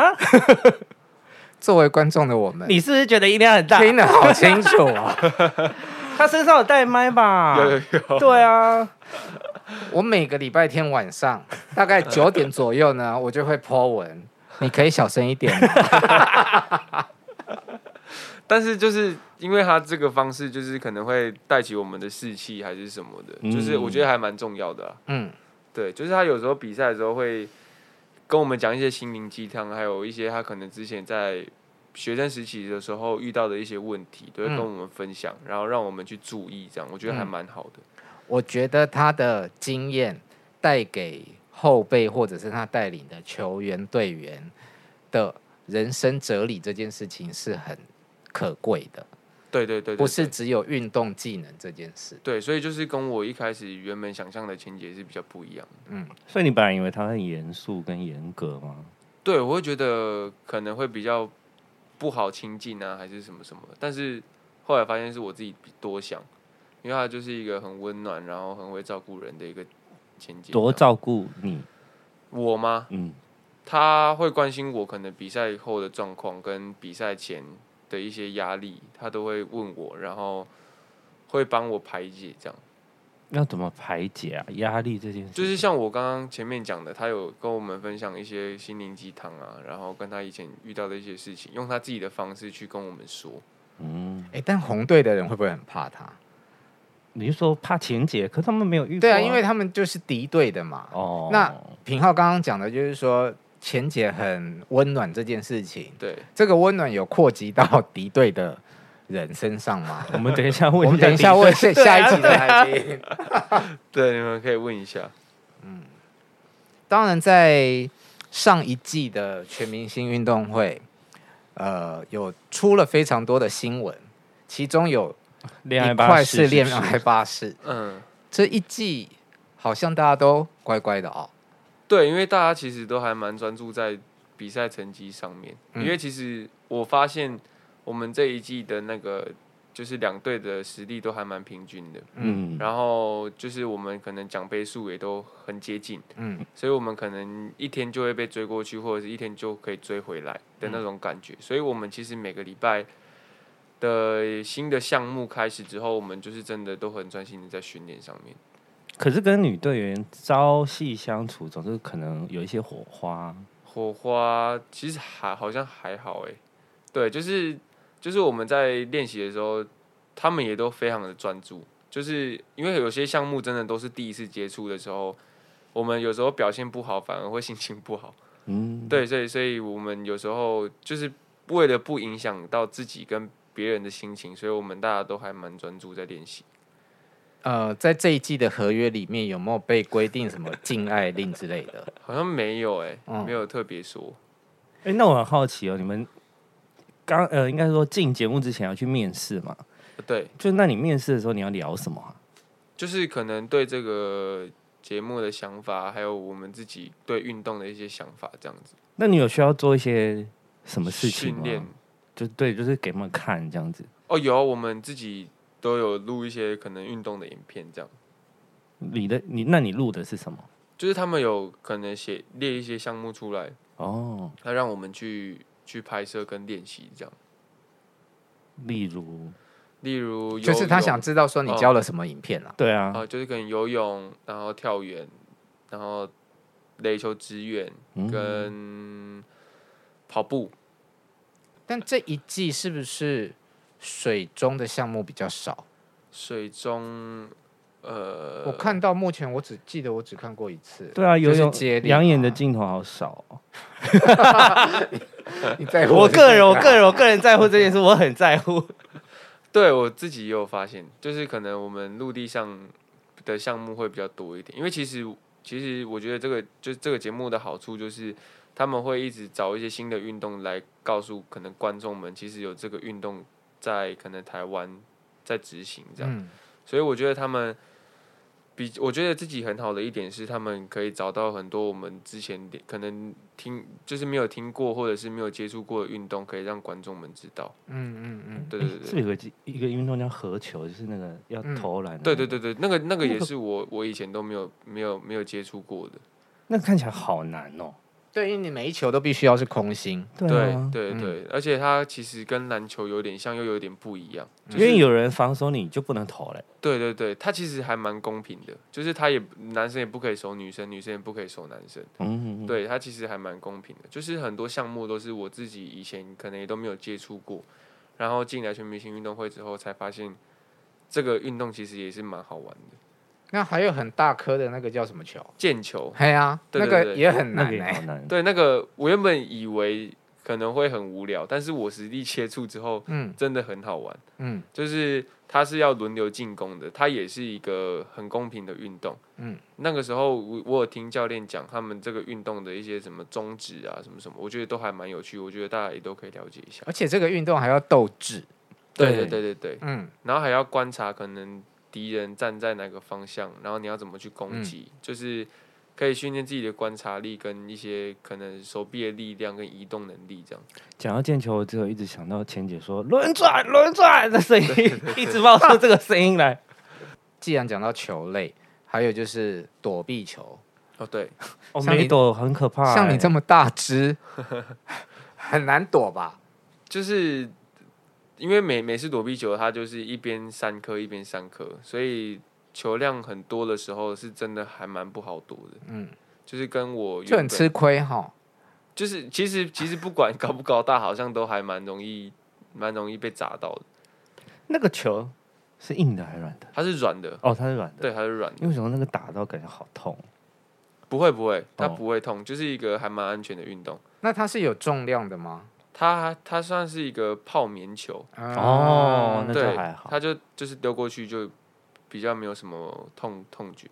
Speaker 3: 作为观众的我们，
Speaker 2: 你是不是觉得音量很大？
Speaker 3: 听得好清楚哦。
Speaker 2: 他身上有带麦吧？
Speaker 1: 有有有。
Speaker 2: 对啊，
Speaker 3: 我每个礼拜天晚上大概九点左右呢，我就会 po 文。你可以小声一点吗，
Speaker 1: 但是就是因为他这个方式，就是可能会带起我们的士气还是什么的，
Speaker 2: 嗯
Speaker 1: 就是我觉得还蛮重要的、啊。
Speaker 3: 嗯，
Speaker 1: 对，就是他有时候比赛的时候会跟我们讲一些心灵鸡汤，还有一些他可能之前在学生时期的时候遇到的一些问题，都会跟
Speaker 3: 嗯
Speaker 1: 我们分享，然后让我们去注意，这样我觉得还
Speaker 3: 嗯
Speaker 1: 蛮好的。
Speaker 3: 我觉得他的经验带给后辈或者是他带领的球员队员的人生哲理这件事情是很可贵的，
Speaker 1: 对对对对
Speaker 3: 不是
Speaker 1: 对
Speaker 3: 只有运动技能这件事。
Speaker 1: 对，所以就是跟我一开始原本想象的情节是比较不一样的。
Speaker 2: 所以你本来以为他很严肃跟严格吗？
Speaker 1: 对，我会觉得可能会比较不好亲近啊，还是什么什么的。但是后来发现是我自己多想，因为他就是一个很温暖，然后很会照顾人的一个情节。
Speaker 2: 多照顾你，
Speaker 1: 我吗？
Speaker 2: 嗯，
Speaker 1: 他会关心我可能比赛后的状况跟比赛前的一些压力，他都会问我，然后会帮我排解。这样
Speaker 2: 要怎么排解啊？压力这件事情，
Speaker 1: 就是像我刚刚前面讲的，他有跟我们分享一些心灵鸡汤啊，然后跟他以前遇到的一些事情，用他自己的方式去跟我们说。
Speaker 2: 嗯，
Speaker 3: 诶，但红队的人会不会很怕他？
Speaker 2: 你是说怕情节，可他们没有遇过、
Speaker 3: 对啊，因为他们就是敌对的嘛。
Speaker 2: 哦，
Speaker 3: 那品浩刚刚讲的就是说，钱姐很温暖这件事情，
Speaker 1: 对，
Speaker 3: 这个温暖有扩及到敌对的人身上 吗？
Speaker 2: 我们等一下问，
Speaker 3: 我们等一下问下下一集
Speaker 2: 啊
Speaker 3: 的来宾。
Speaker 1: 对，你们可以问一下。
Speaker 3: 当然，在上一季的全明星运动会，呃，有出了非常多的新闻，其中有
Speaker 2: 恋爱
Speaker 3: 一
Speaker 2: 巴
Speaker 3: 块
Speaker 2: 士
Speaker 3: 是恋
Speaker 2: 是
Speaker 3: 爱巴士。
Speaker 1: 嗯，
Speaker 3: 这一季好像大家都乖乖的哦。
Speaker 1: 对，因为大家其实都还蛮专注在比赛成绩上面，
Speaker 3: 嗯
Speaker 1: 因为其实我发现我们这一季的那个就是两队的实力都还蛮平均的，
Speaker 2: 嗯，
Speaker 1: 然后就是我们可能奖杯数也都很接近，
Speaker 3: 嗯，
Speaker 1: 所以我们可能一天就会被追过去，或者是一天就可以追回来的那种感觉。所以我们其实每个礼拜的新的项目开始之后，我们就是真的都很专心的在训练上面。
Speaker 2: 可是跟女队员朝夕相处，总是可能有一些火花。
Speaker 1: 火花其实还好像还好哎，对，就是就是我们在练习的时候，他们也都非常的专注，就是因为有些项目真的都是第一次接触的时候，我们有时候表现不好，反而会心情不好。
Speaker 2: 嗯，，
Speaker 1: 对，所以所以我们有时候就是为了不影响到自己跟别人的心情，所以我们大家都还蛮专注在练习。
Speaker 3: 呃，在这一季的合约里面有没有被规定什么禁爱令之类的？
Speaker 1: 好像没有哎、
Speaker 3: 嗯
Speaker 1: 没有特别说。
Speaker 2: 哎、那我很好奇哦，你们刚呃，应该说进节目之前要去面试嘛？
Speaker 1: 对，
Speaker 2: 就那你面试的时候你要聊什么啊、
Speaker 1: 就是可能对这个节目的想法，还有我们自己对运动的一些想法，这样子。
Speaker 2: 那你有需要做一些什么事情
Speaker 1: 训练
Speaker 2: 吗？就对，就是给他们看这样子。
Speaker 1: 哦，有我们自己都有录一些可能运动的影片，这样。
Speaker 2: 你的你，那你录的是什么？
Speaker 1: 就是他们有可能写列一些项目出来，
Speaker 2: 哦，
Speaker 1: 那让我们去去拍摄跟练习这样。
Speaker 2: 例如，
Speaker 1: 例如游泳，
Speaker 3: 就是他想知道说你教了什么影片啊？
Speaker 2: 对
Speaker 1: 啊、
Speaker 2: 啊，
Speaker 1: 就是可能游泳，然后跳远，然后垒球支援
Speaker 2: 嗯
Speaker 1: 跟跑步。
Speaker 3: 但这一季是不是水中的项目比较少？
Speaker 1: 水中，呃，
Speaker 3: 我看到目前我只记得我只看过一次。
Speaker 2: 对啊，游
Speaker 3: 就是啊
Speaker 2: 泳
Speaker 3: 接力
Speaker 2: 养眼的
Speaker 3: 嘛
Speaker 2: 镜头好少、哦。
Speaker 3: 你在乎
Speaker 2: 哎
Speaker 3: 啊
Speaker 2: 我
Speaker 3: 这
Speaker 2: 个人，我个人，我个人在乎这件事，我很在乎。
Speaker 1: 对我自己也有发现，就是可能我们陆地上的项目会比较多一点，因为其实其实我觉得这个就是这个节目的好处就是他们会一直找一些新的运动来告诉可能观众们，其实有这个运动在可能台湾在执行这样，
Speaker 3: 嗯，
Speaker 1: 所以我觉得他们。比我觉得自己很好的一点是，他们可以找到很多我们之前点可能听就是没有听过或者是没有接触过的运动，可以让观众们知道。
Speaker 3: 嗯嗯嗯，
Speaker 1: 对对对对，
Speaker 2: 是不是有个一个运动叫合球，就是那个要
Speaker 3: 嗯
Speaker 2: 投篮、
Speaker 1: 对对，对对，那个那个
Speaker 2: 那
Speaker 1: 也
Speaker 2: 个
Speaker 1: 是我我以前都没有没有没有接触过的。
Speaker 2: 那看起来好难哦。
Speaker 3: 对，因为你每一球都必须要是空心，
Speaker 1: 对
Speaker 2: 啊，
Speaker 1: 对对，而且它其实跟篮球有点像，又有点不一样。就
Speaker 2: 因为
Speaker 1: 是
Speaker 2: 有人防守你就不能投嘞。
Speaker 1: 对对对，它其实还蛮公平的，就是它也男生也不可以守女生，女生也不可以守男生。
Speaker 2: 嗯，
Speaker 1: 对，它其实还蛮公平的，就是很多项目都是我自己以前可能也都没有接触过，然后进来全明星运动会之后才发现，这个运动其实也是蛮好玩的。
Speaker 3: 那还有很大颗的那个叫什么球？
Speaker 1: 毽球，
Speaker 3: 嘿呀、
Speaker 1: 对
Speaker 3: 那
Speaker 1: 对
Speaker 3: 个
Speaker 1: 对
Speaker 3: 也很
Speaker 2: 那
Speaker 3: 难
Speaker 2: 个也
Speaker 3: 哎、
Speaker 2: 好难。
Speaker 1: 对，那个我原本以为可能会很无聊，但是我实地接触之后，
Speaker 3: 嗯
Speaker 1: 真的很好玩。
Speaker 3: 嗯
Speaker 1: 就是它是要轮流进攻的，它也是一个很公平的运动。
Speaker 3: 嗯，
Speaker 1: 那个时候我我有听教练讲他们这个运动的一些什么宗旨啊，什么什么，我觉得都还蛮有趣，我觉得大家也都可以了解一下。
Speaker 3: 而且这个运动还要斗志，
Speaker 1: 对对对对对，
Speaker 3: 嗯
Speaker 1: 然后还要观察可能敌人站在哪个方向，然后你要怎么去
Speaker 3: 嗯
Speaker 1: 攻击，就是可以训练自己的观察力跟一些可能手臂的力量跟移动能力这样。
Speaker 2: 讲到毽球，我只有一直想到钱姐说“轮转，轮转”的声音，一直冒出这个声音来。
Speaker 3: 既然讲到球类，还有就是躲避球，
Speaker 1: 哦，对，
Speaker 2: 哦，
Speaker 3: 像你
Speaker 2: 梅朵很可怕、欸
Speaker 3: 像你这
Speaker 2: 么，
Speaker 3: 么大只， 很难躲吧？
Speaker 1: 就是因为每每次躲避球，它就是一边三颗一边三颗，所以球量很多的时候是真的还蛮不好躲的。
Speaker 3: 嗯，
Speaker 1: 就是跟我
Speaker 3: 就
Speaker 1: 原
Speaker 3: 很
Speaker 1: 本
Speaker 3: 吃，亏哈。
Speaker 1: 就是其实其实不管 高不高大，好像都还蛮容易蛮容易被砸到的。
Speaker 2: 那个球是硬的还是软的？
Speaker 1: 它是软的，
Speaker 2: 哦，它是软的。
Speaker 1: 对，它是软的。
Speaker 2: 因为什么那个打到感觉好痛？
Speaker 1: 不会不会，它
Speaker 2: 哦
Speaker 1: 不会痛，就是一个还蛮安全的运动。
Speaker 3: 那它是有重量的吗？
Speaker 1: 它它算是一个泡棉球，
Speaker 3: 啊
Speaker 2: 哦那就
Speaker 1: 啊对
Speaker 2: 还，好
Speaker 1: 它就就是丢过去就比较没有什么痛痛觉。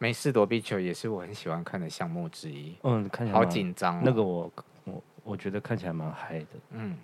Speaker 3: 美式躲避球也是我很喜欢看的项目之一，
Speaker 2: 嗯，看起来
Speaker 3: 好
Speaker 2: 蛮。
Speaker 3: 紧张、哦。
Speaker 2: 那个，我我我觉得看起来蛮嗨的。
Speaker 3: 嗯，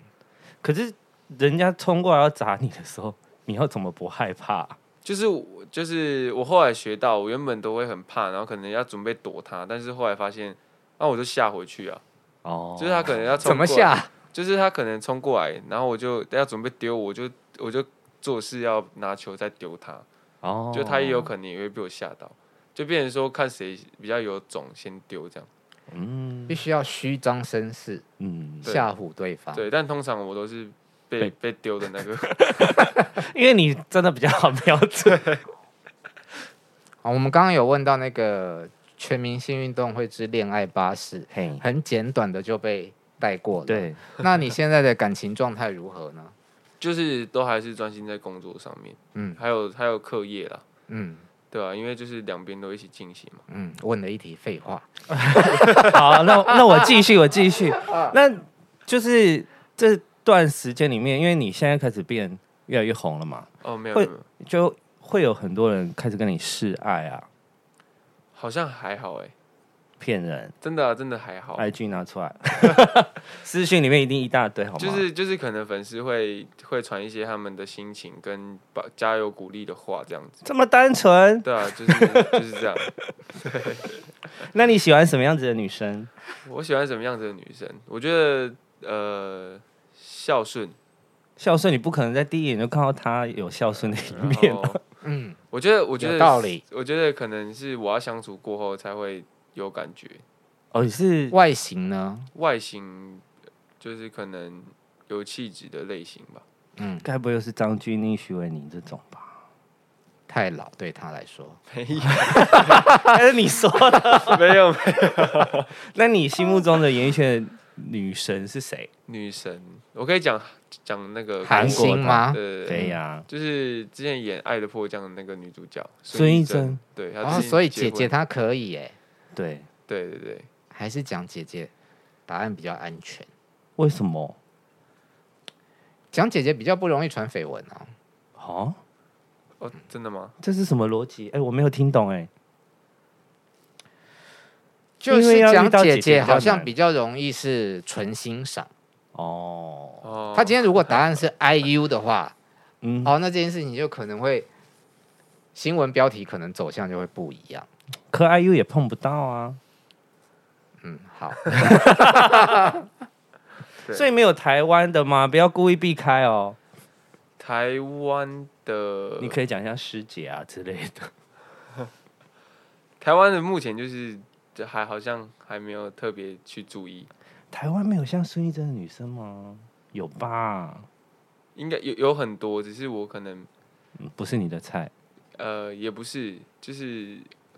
Speaker 2: 可是人家冲过来要砸你的时候，你要怎么不害怕？啊
Speaker 1: 就是我就是我后来学到，我原本都会很怕，然后可能要准备躲它，但是后来发现，那、我就吓回去啊，
Speaker 2: 哦，
Speaker 1: 就是他可能要冲
Speaker 3: 怎么
Speaker 1: 过来，
Speaker 3: 下？
Speaker 1: 就是他可能冲过来，然后我就要准备丢，我就我就做事要拿球再丢他，
Speaker 2: 哦，
Speaker 1: 就他也有可能也会被我吓到，就变成说看谁比较有种先丢这样。
Speaker 2: 嗯
Speaker 3: 必须要虚张声势，
Speaker 2: 嗯，
Speaker 1: 对
Speaker 3: 吓唬对方。
Speaker 1: 对，但通常我都是被被丢的那个。
Speaker 2: 因为你真的比较好瞄准。
Speaker 3: 好，我们刚刚有问到那个全明星运动会之恋爱巴士，
Speaker 2: 嘿，
Speaker 3: 很简短的就被带过 了。，
Speaker 2: 对，
Speaker 3: 那你现在的感情状态如何呢？
Speaker 1: 就是都还是专心在工作上面，
Speaker 3: 嗯
Speaker 1: 还有还有课业啦，
Speaker 3: 嗯
Speaker 1: 对啊，因为就是两边都一起进行嘛。
Speaker 3: 嗯，问了一题废话。
Speaker 2: 好，那那我继续，我继续。
Speaker 1: 啊
Speaker 2: 那就是这段时间里面，因为你现在开始变越来越红了嘛，
Speaker 1: 哦，没有没
Speaker 2: 会
Speaker 1: 有，没有
Speaker 2: 就会有很多人开始跟你示爱啊，
Speaker 1: 好像还好哎、
Speaker 2: 骗人
Speaker 1: 真的、啊、真的还好，
Speaker 2: ，IG 拿出来， 私讯里面一定一大堆，好吗？
Speaker 1: 就是就是可能粉丝会会传一些他们的心情跟把加油鼓励的话这样子，
Speaker 2: 这么单纯。
Speaker 1: 对啊，就是就是这样。
Speaker 2: 那你喜欢什么样子的女生？
Speaker 1: 我喜欢什么样子的女生？我觉得呃孝顺，
Speaker 2: 孝顺，你不可能在第一眼就看到她有孝顺的
Speaker 1: 然
Speaker 2: 一面吧？
Speaker 1: 后
Speaker 3: 嗯，
Speaker 1: 我觉得我觉
Speaker 3: 有
Speaker 1: 得
Speaker 3: 道理。
Speaker 1: 我觉得可能是我要相处过后才会有感觉，
Speaker 2: 哦，你是
Speaker 3: 外形呢？
Speaker 1: 外形就是可能有气质的类型吧。
Speaker 3: 嗯，
Speaker 2: 该不会又是张钧甯、徐伟宁这种吧？
Speaker 3: 太老对他来说。
Speaker 1: 没有，
Speaker 2: 还是你说的？
Speaker 1: 没有，
Speaker 2: 那你心目中的演艺圈的女神是谁？
Speaker 1: 女神，我可以讲讲那个
Speaker 3: 韩
Speaker 1: 韩国
Speaker 3: 星吗？
Speaker 1: 的，
Speaker 2: 对呀、
Speaker 1: 就是之前演《爱的迫降》的那个女主角
Speaker 2: 孙艺
Speaker 1: 艺
Speaker 2: 珍
Speaker 1: 珍，对，她
Speaker 3: 哦，
Speaker 1: 最近
Speaker 3: 所以
Speaker 1: 结
Speaker 3: 姐
Speaker 1: 婚
Speaker 3: 姐，她可以哎，
Speaker 2: 对，
Speaker 1: 对对对，
Speaker 3: 还是讲姐姐，答案比较安全。
Speaker 2: 为什么？
Speaker 3: 讲姐姐比较不容易传绯闻啊。
Speaker 2: 哦，
Speaker 1: 哦，真的吗？
Speaker 2: 这是什么逻辑？哎、我没有听懂哎、
Speaker 3: 就
Speaker 2: 因为
Speaker 3: 是
Speaker 2: 要遇
Speaker 3: 讲
Speaker 2: 到姐姐
Speaker 3: 姐
Speaker 2: 比较
Speaker 3: 好像
Speaker 2: 难
Speaker 3: 比较容易是纯欣赏。
Speaker 2: 哦，
Speaker 1: 哦，
Speaker 3: 她今天如果答案是 IU 的话，
Speaker 2: 嗯，
Speaker 3: 哦，那这件事情就可能会新闻标题可能走向就会不一样。
Speaker 2: 可 IU 也碰不到啊，
Speaker 3: 嗯，好，
Speaker 1: 对
Speaker 2: 所以没有台湾的吗？不要故意避开哦。
Speaker 1: 台湾的，
Speaker 2: 你可以讲一下师姐啊之类的。
Speaker 1: 台湾的目前就是这还好像还没有特别去注意，
Speaker 2: 台湾没有像孙艺珍的女生吗？有吧？
Speaker 1: 应该有有很多，只是我可能
Speaker 2: 嗯不是你的菜。
Speaker 1: 呃也不是，就是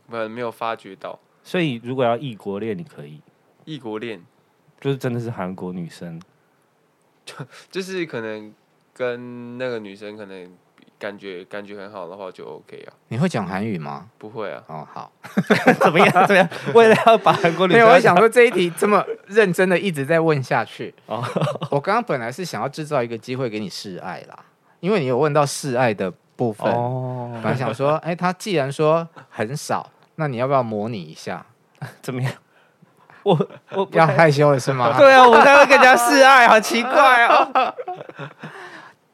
Speaker 1: 可能没有发觉到
Speaker 2: 所以如果要异国恋，你可以，
Speaker 1: 异国恋，
Speaker 2: 就是真的是韩国女生
Speaker 1: 就是可能跟那个女生可能感觉感觉很好的话就 OK 啊，
Speaker 3: 你会讲韩语吗？
Speaker 1: 不会啊，
Speaker 3: 哦，好。
Speaker 2: 怎么样？ 怎么样？为了要把韩国女
Speaker 3: 没
Speaker 2: 生
Speaker 3: 有，我想说这一题这么认真的一直在问下去。
Speaker 2: 哦
Speaker 3: 我刚刚本来是想要制造一个机会给你示爱啦，因为你有问到示爱的部分，本来
Speaker 2: 哦，
Speaker 3: 想说，哎，他既然说很少，那你要不要模拟一下？
Speaker 2: 怎么 样？我我不
Speaker 3: 要
Speaker 2: 太
Speaker 3: 害羞了是 吗？
Speaker 2: 对啊，我才会跟人家示爱，好奇怪哦。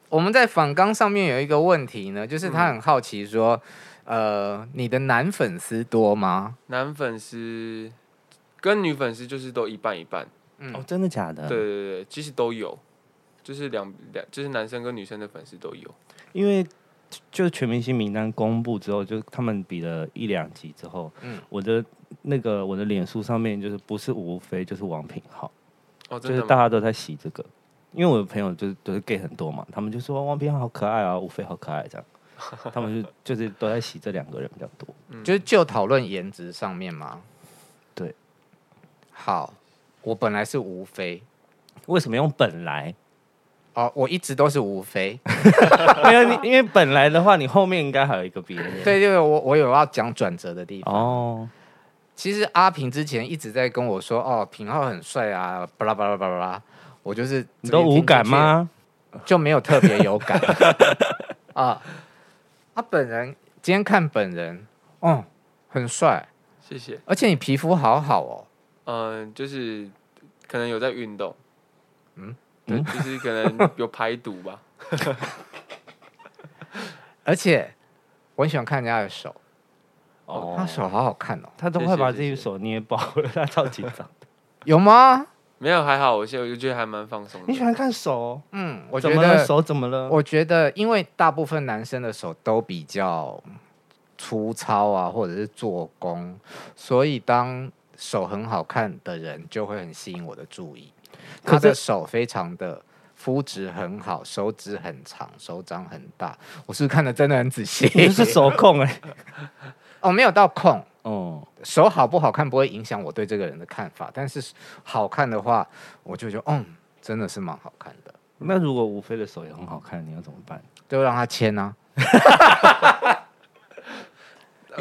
Speaker 3: 我们在访纲上面有一个问题呢，就是
Speaker 2: 嗯
Speaker 3: 他很好奇说，呃，你的男粉丝多吗？
Speaker 1: 男粉丝跟女粉丝就是都一半一半，
Speaker 3: 嗯
Speaker 2: 哦，真的假的？
Speaker 1: 对对对对，其实都有，就是两两就是男生跟女生的粉丝都有，
Speaker 2: 因为就全明星名单公布之后，就他们比了一两集之后，
Speaker 3: 嗯
Speaker 2: 我的那个我的脸书上面就是不是吴非就是王品浩，
Speaker 1: 哦，
Speaker 2: 就
Speaker 1: 真
Speaker 2: 是
Speaker 1: 的
Speaker 2: 大
Speaker 1: 吗？
Speaker 2: 家都在洗这个。因为我的朋友就是都、是 gay 很多嘛，他们就说王品浩好可爱啊，吴非好可爱这样，他们就就是都在洗这两个人比较多。
Speaker 3: 就是就讨论颜值上面吗？
Speaker 2: 嗯对，
Speaker 3: 好，我本来是无非。
Speaker 2: 为什么用本来？
Speaker 3: 哦，我一直都是无非，
Speaker 2: 没有你，因为本来的话，你后面应该还有一个别人。
Speaker 3: 对，就是我我有要讲转折的地方。
Speaker 2: 哦，
Speaker 3: 其实阿平之前一直在跟我说，哦，品浩很帅啊，巴拉巴拉巴拉巴拉，我就是
Speaker 2: 你都无感？吗？
Speaker 3: 就没有特别有感啊。他本人今天看本人，哦，很帅，
Speaker 1: 谢谢，
Speaker 3: 而且你皮肤好好哦，
Speaker 1: 嗯，就是可能有在运动，嗯，
Speaker 2: 嗯
Speaker 1: 对，就是可能有排毒吧，
Speaker 3: 而且我很喜欢看人家的手，
Speaker 2: 哦，
Speaker 3: 他手好好看哦，
Speaker 2: 他都
Speaker 1: 谢
Speaker 2: 快
Speaker 1: 谢
Speaker 2: 把
Speaker 1: 谢
Speaker 2: 自己
Speaker 1: 谢
Speaker 2: 手捏爆了，他超紧张。
Speaker 3: 有吗？
Speaker 1: 没有还好，我现在我觉得还蛮放松
Speaker 2: 你喜欢
Speaker 1: 的，
Speaker 2: 看手？
Speaker 3: 嗯，我
Speaker 2: 怎
Speaker 3: 觉
Speaker 2: 么了？
Speaker 3: 得，
Speaker 2: 手怎么了？
Speaker 3: 我觉得，因为大部分男生的手都比较粗糙啊，或者是做工，所以当手很好看的人就会很吸引我的注意。
Speaker 2: 可
Speaker 3: 他
Speaker 2: 是
Speaker 3: 的手非常的肤质很好，手指很长，手掌很大。我是不是看的真的很仔细，
Speaker 2: 你就是手控哎、
Speaker 3: 哦，没有到空。
Speaker 2: 哦，
Speaker 3: 手好不好看不会影响我对这个人的看法，但是好看的话，我就觉得，嗯，真的是蛮好看的，
Speaker 2: 那如果吴飞的手也很好看，你要怎么办？
Speaker 3: 就让他签啊。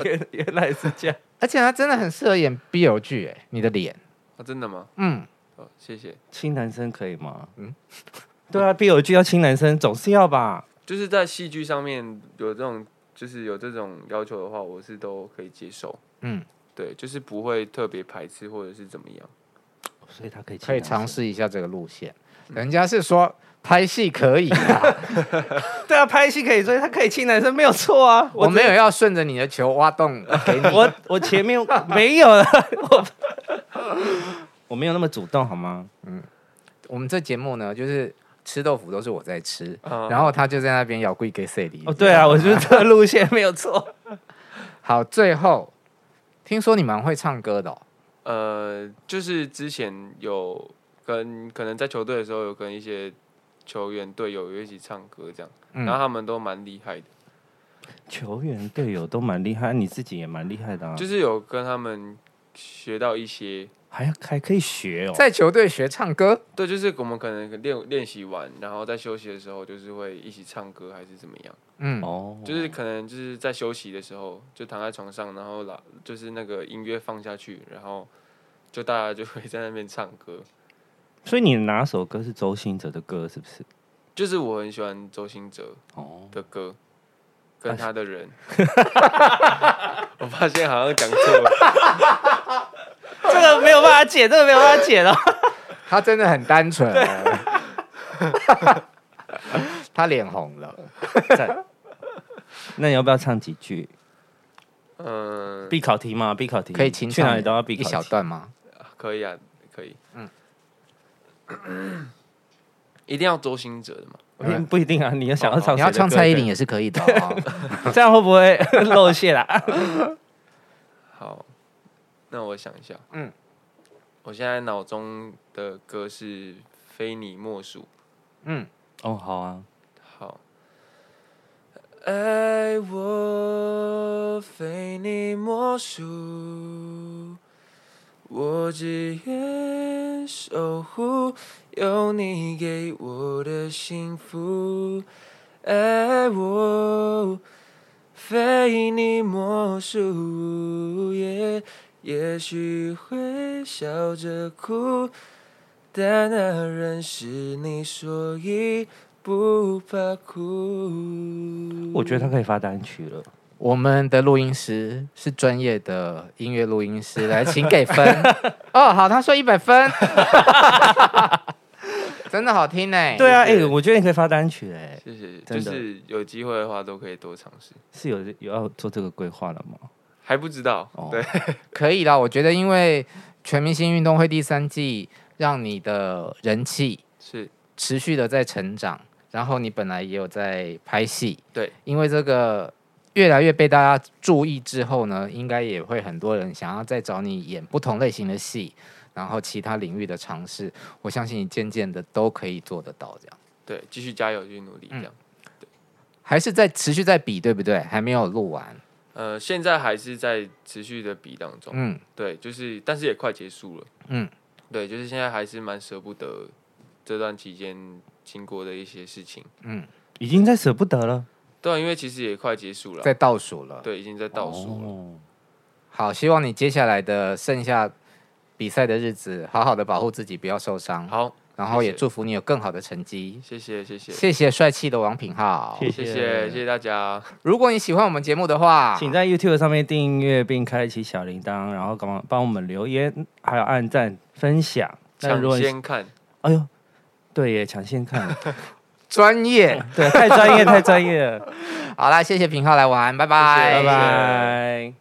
Speaker 2: 原原来是这样。
Speaker 3: 而且他真的很适合演 BL 剧，哎，你的脸，
Speaker 1: 啊，真的吗？
Speaker 3: 嗯，
Speaker 1: 哦，谢谢。
Speaker 2: 亲男生可以吗？嗯， 对啊，必有句要亲男生，总是要吧？
Speaker 1: 就是在戏剧上面有这种，就是有这种要求的话，我是都可以接受。
Speaker 3: 嗯，
Speaker 1: 对，就是不会特别排斥或者是怎么样。
Speaker 2: 所以他可以亲
Speaker 3: 可以
Speaker 2: 男
Speaker 3: 尝
Speaker 2: 生。
Speaker 3: 试一下这个路线。人家是说拍戏可以 啊，
Speaker 2: 对啊，拍戏可以，所以他可以亲男生没有错 啊。
Speaker 3: 我没
Speaker 2: 只
Speaker 3: 有要顺着你的球挖洞给你。
Speaker 2: 我我前面 没有了，我我没有那么主动好吗？
Speaker 3: 我们这节目呢，就是吃豆腐都是我在吃，
Speaker 2: 嗯
Speaker 1: 啊
Speaker 3: 然后他就在那边摇柜给谁里。
Speaker 2: 哦，对啊，我 就是这个路线没有错。
Speaker 3: 好，最后听说你蛮会唱歌的、哦，
Speaker 1: 呃，就是之前有跟可能在球队的时候有跟一些球员队友一起唱歌这样，
Speaker 3: 嗯
Speaker 1: 然后他们都蛮厉害的，
Speaker 2: 球员队友都蛮厉害，你自己也蛮厉害的啊，
Speaker 1: 就是有跟他们学到一些。
Speaker 2: 还要还可以学哦。
Speaker 3: 在球队学唱歌，
Speaker 1: 对，就是我们可能练练习完，然后在休息的时候，就是会一起唱歌还是怎么样。
Speaker 3: 嗯，
Speaker 2: 哦，
Speaker 1: 就是可能就是在休息的时候，就躺在床上，然后老就是那个音乐放下去，然后就大家就会在那边唱歌。
Speaker 2: 所以你哪首歌是周兴哲的歌，是不是？
Speaker 1: 就是我很喜欢周兴哲
Speaker 2: 哦，
Speaker 1: 的歌，跟他的人。 我发现好像讲错了，
Speaker 2: 这个没有办法解，这个没有办法解了。
Speaker 3: 他真的很单纯。哦 他脸红了，
Speaker 2: 嗯那你要不要唱几句
Speaker 1: 嗯，
Speaker 2: 必考题嘛？必考题
Speaker 3: 可以清
Speaker 2: 去哪
Speaker 3: 唱
Speaker 2: 里都要必
Speaker 3: 一
Speaker 2: 考题。
Speaker 3: 小段吗？
Speaker 1: 可以啊，可以，嗯，一定要周兴哲的嘛？
Speaker 2: 不不一定啊，你要想要唱
Speaker 3: 嗯
Speaker 2: 谁
Speaker 3: 哦你
Speaker 2: 的歌，
Speaker 3: 要唱蔡依林也是可以的、哦。
Speaker 2: 这样会不会 露馅啊啦？
Speaker 1: 好，那我想一下，
Speaker 3: 嗯
Speaker 1: 嗯，我现在脑中的歌是《非你莫属》。
Speaker 3: 嗯，
Speaker 2: 哦，好啊，
Speaker 1: 好。爱我非你莫属，我只愿守护有你给我的幸福。爱我，非你莫属。也也许会笑着哭，但那仍是你，所以不怕哭。
Speaker 2: 我觉得他可以发单曲了。
Speaker 3: 我们的录音师是专业的音乐录音师，来，请给分。哦，好，他说一百分， 真的好听呢。
Speaker 2: 对啊，哎、我觉得你可以发单曲哎、
Speaker 1: 谢谢，
Speaker 2: 真
Speaker 1: 就
Speaker 2: 的
Speaker 1: 是有机会的话都可以多尝试，
Speaker 2: 是有有要做这个规划了吗？
Speaker 1: 还不知道，
Speaker 2: 哦
Speaker 1: 对，
Speaker 3: 可以啦，我觉得因为全明星运动会第三季让你的人气
Speaker 1: 是
Speaker 3: 持续的在成长，然后你本来也有在拍戏，
Speaker 1: 对，
Speaker 3: 因为这个越来越被大家注意之后呢，应该也会很多人想要再找你演不同类型的戏，然后其他领域的尝试，我相信你渐渐的都可以做得到这样。
Speaker 1: 对，继续加油，继续努力，这
Speaker 3: 嗯
Speaker 1: 样。
Speaker 3: 还是在持续在比，对不对？还没有录完，
Speaker 1: 呃，现在还是在持续的比当中，
Speaker 3: 嗯，
Speaker 1: 对，就是但是也快结束了，
Speaker 3: 嗯，
Speaker 1: 对，就是现在还是蛮舍不得这段期间经过的一些事情，
Speaker 2: 已经在舍不得了，
Speaker 1: 对啊、因为其实也快结束了啊，
Speaker 3: 在倒数了。
Speaker 1: 对，已经在倒数了，
Speaker 2: 哦
Speaker 3: 好，希望你接下来的剩下比赛的日子，好好的保护自己，不要受伤。
Speaker 1: 好，
Speaker 3: 然后也
Speaker 1: 谢谢
Speaker 3: 祝福你有更好的成绩。
Speaker 1: 谢谢，谢谢，
Speaker 3: 谢谢帅气的王品浩。
Speaker 1: 谢谢，谢谢大家，
Speaker 3: 如果你喜欢我们节目的 话，
Speaker 2: 请在 YouTube 上面订阅并开启小铃铛，然后帮帮我们留言，还有按赞、分享。那
Speaker 1: 抢
Speaker 2: 如果你
Speaker 1: 先看，
Speaker 2: 哎呦，对耶，抢先看，
Speaker 3: 专业。
Speaker 2: 对， 太专业，太专业了，
Speaker 3: 好啦，谢谢品浩来玩，拜
Speaker 1: 谢
Speaker 3: 拜，
Speaker 1: 谢
Speaker 2: 拜拜。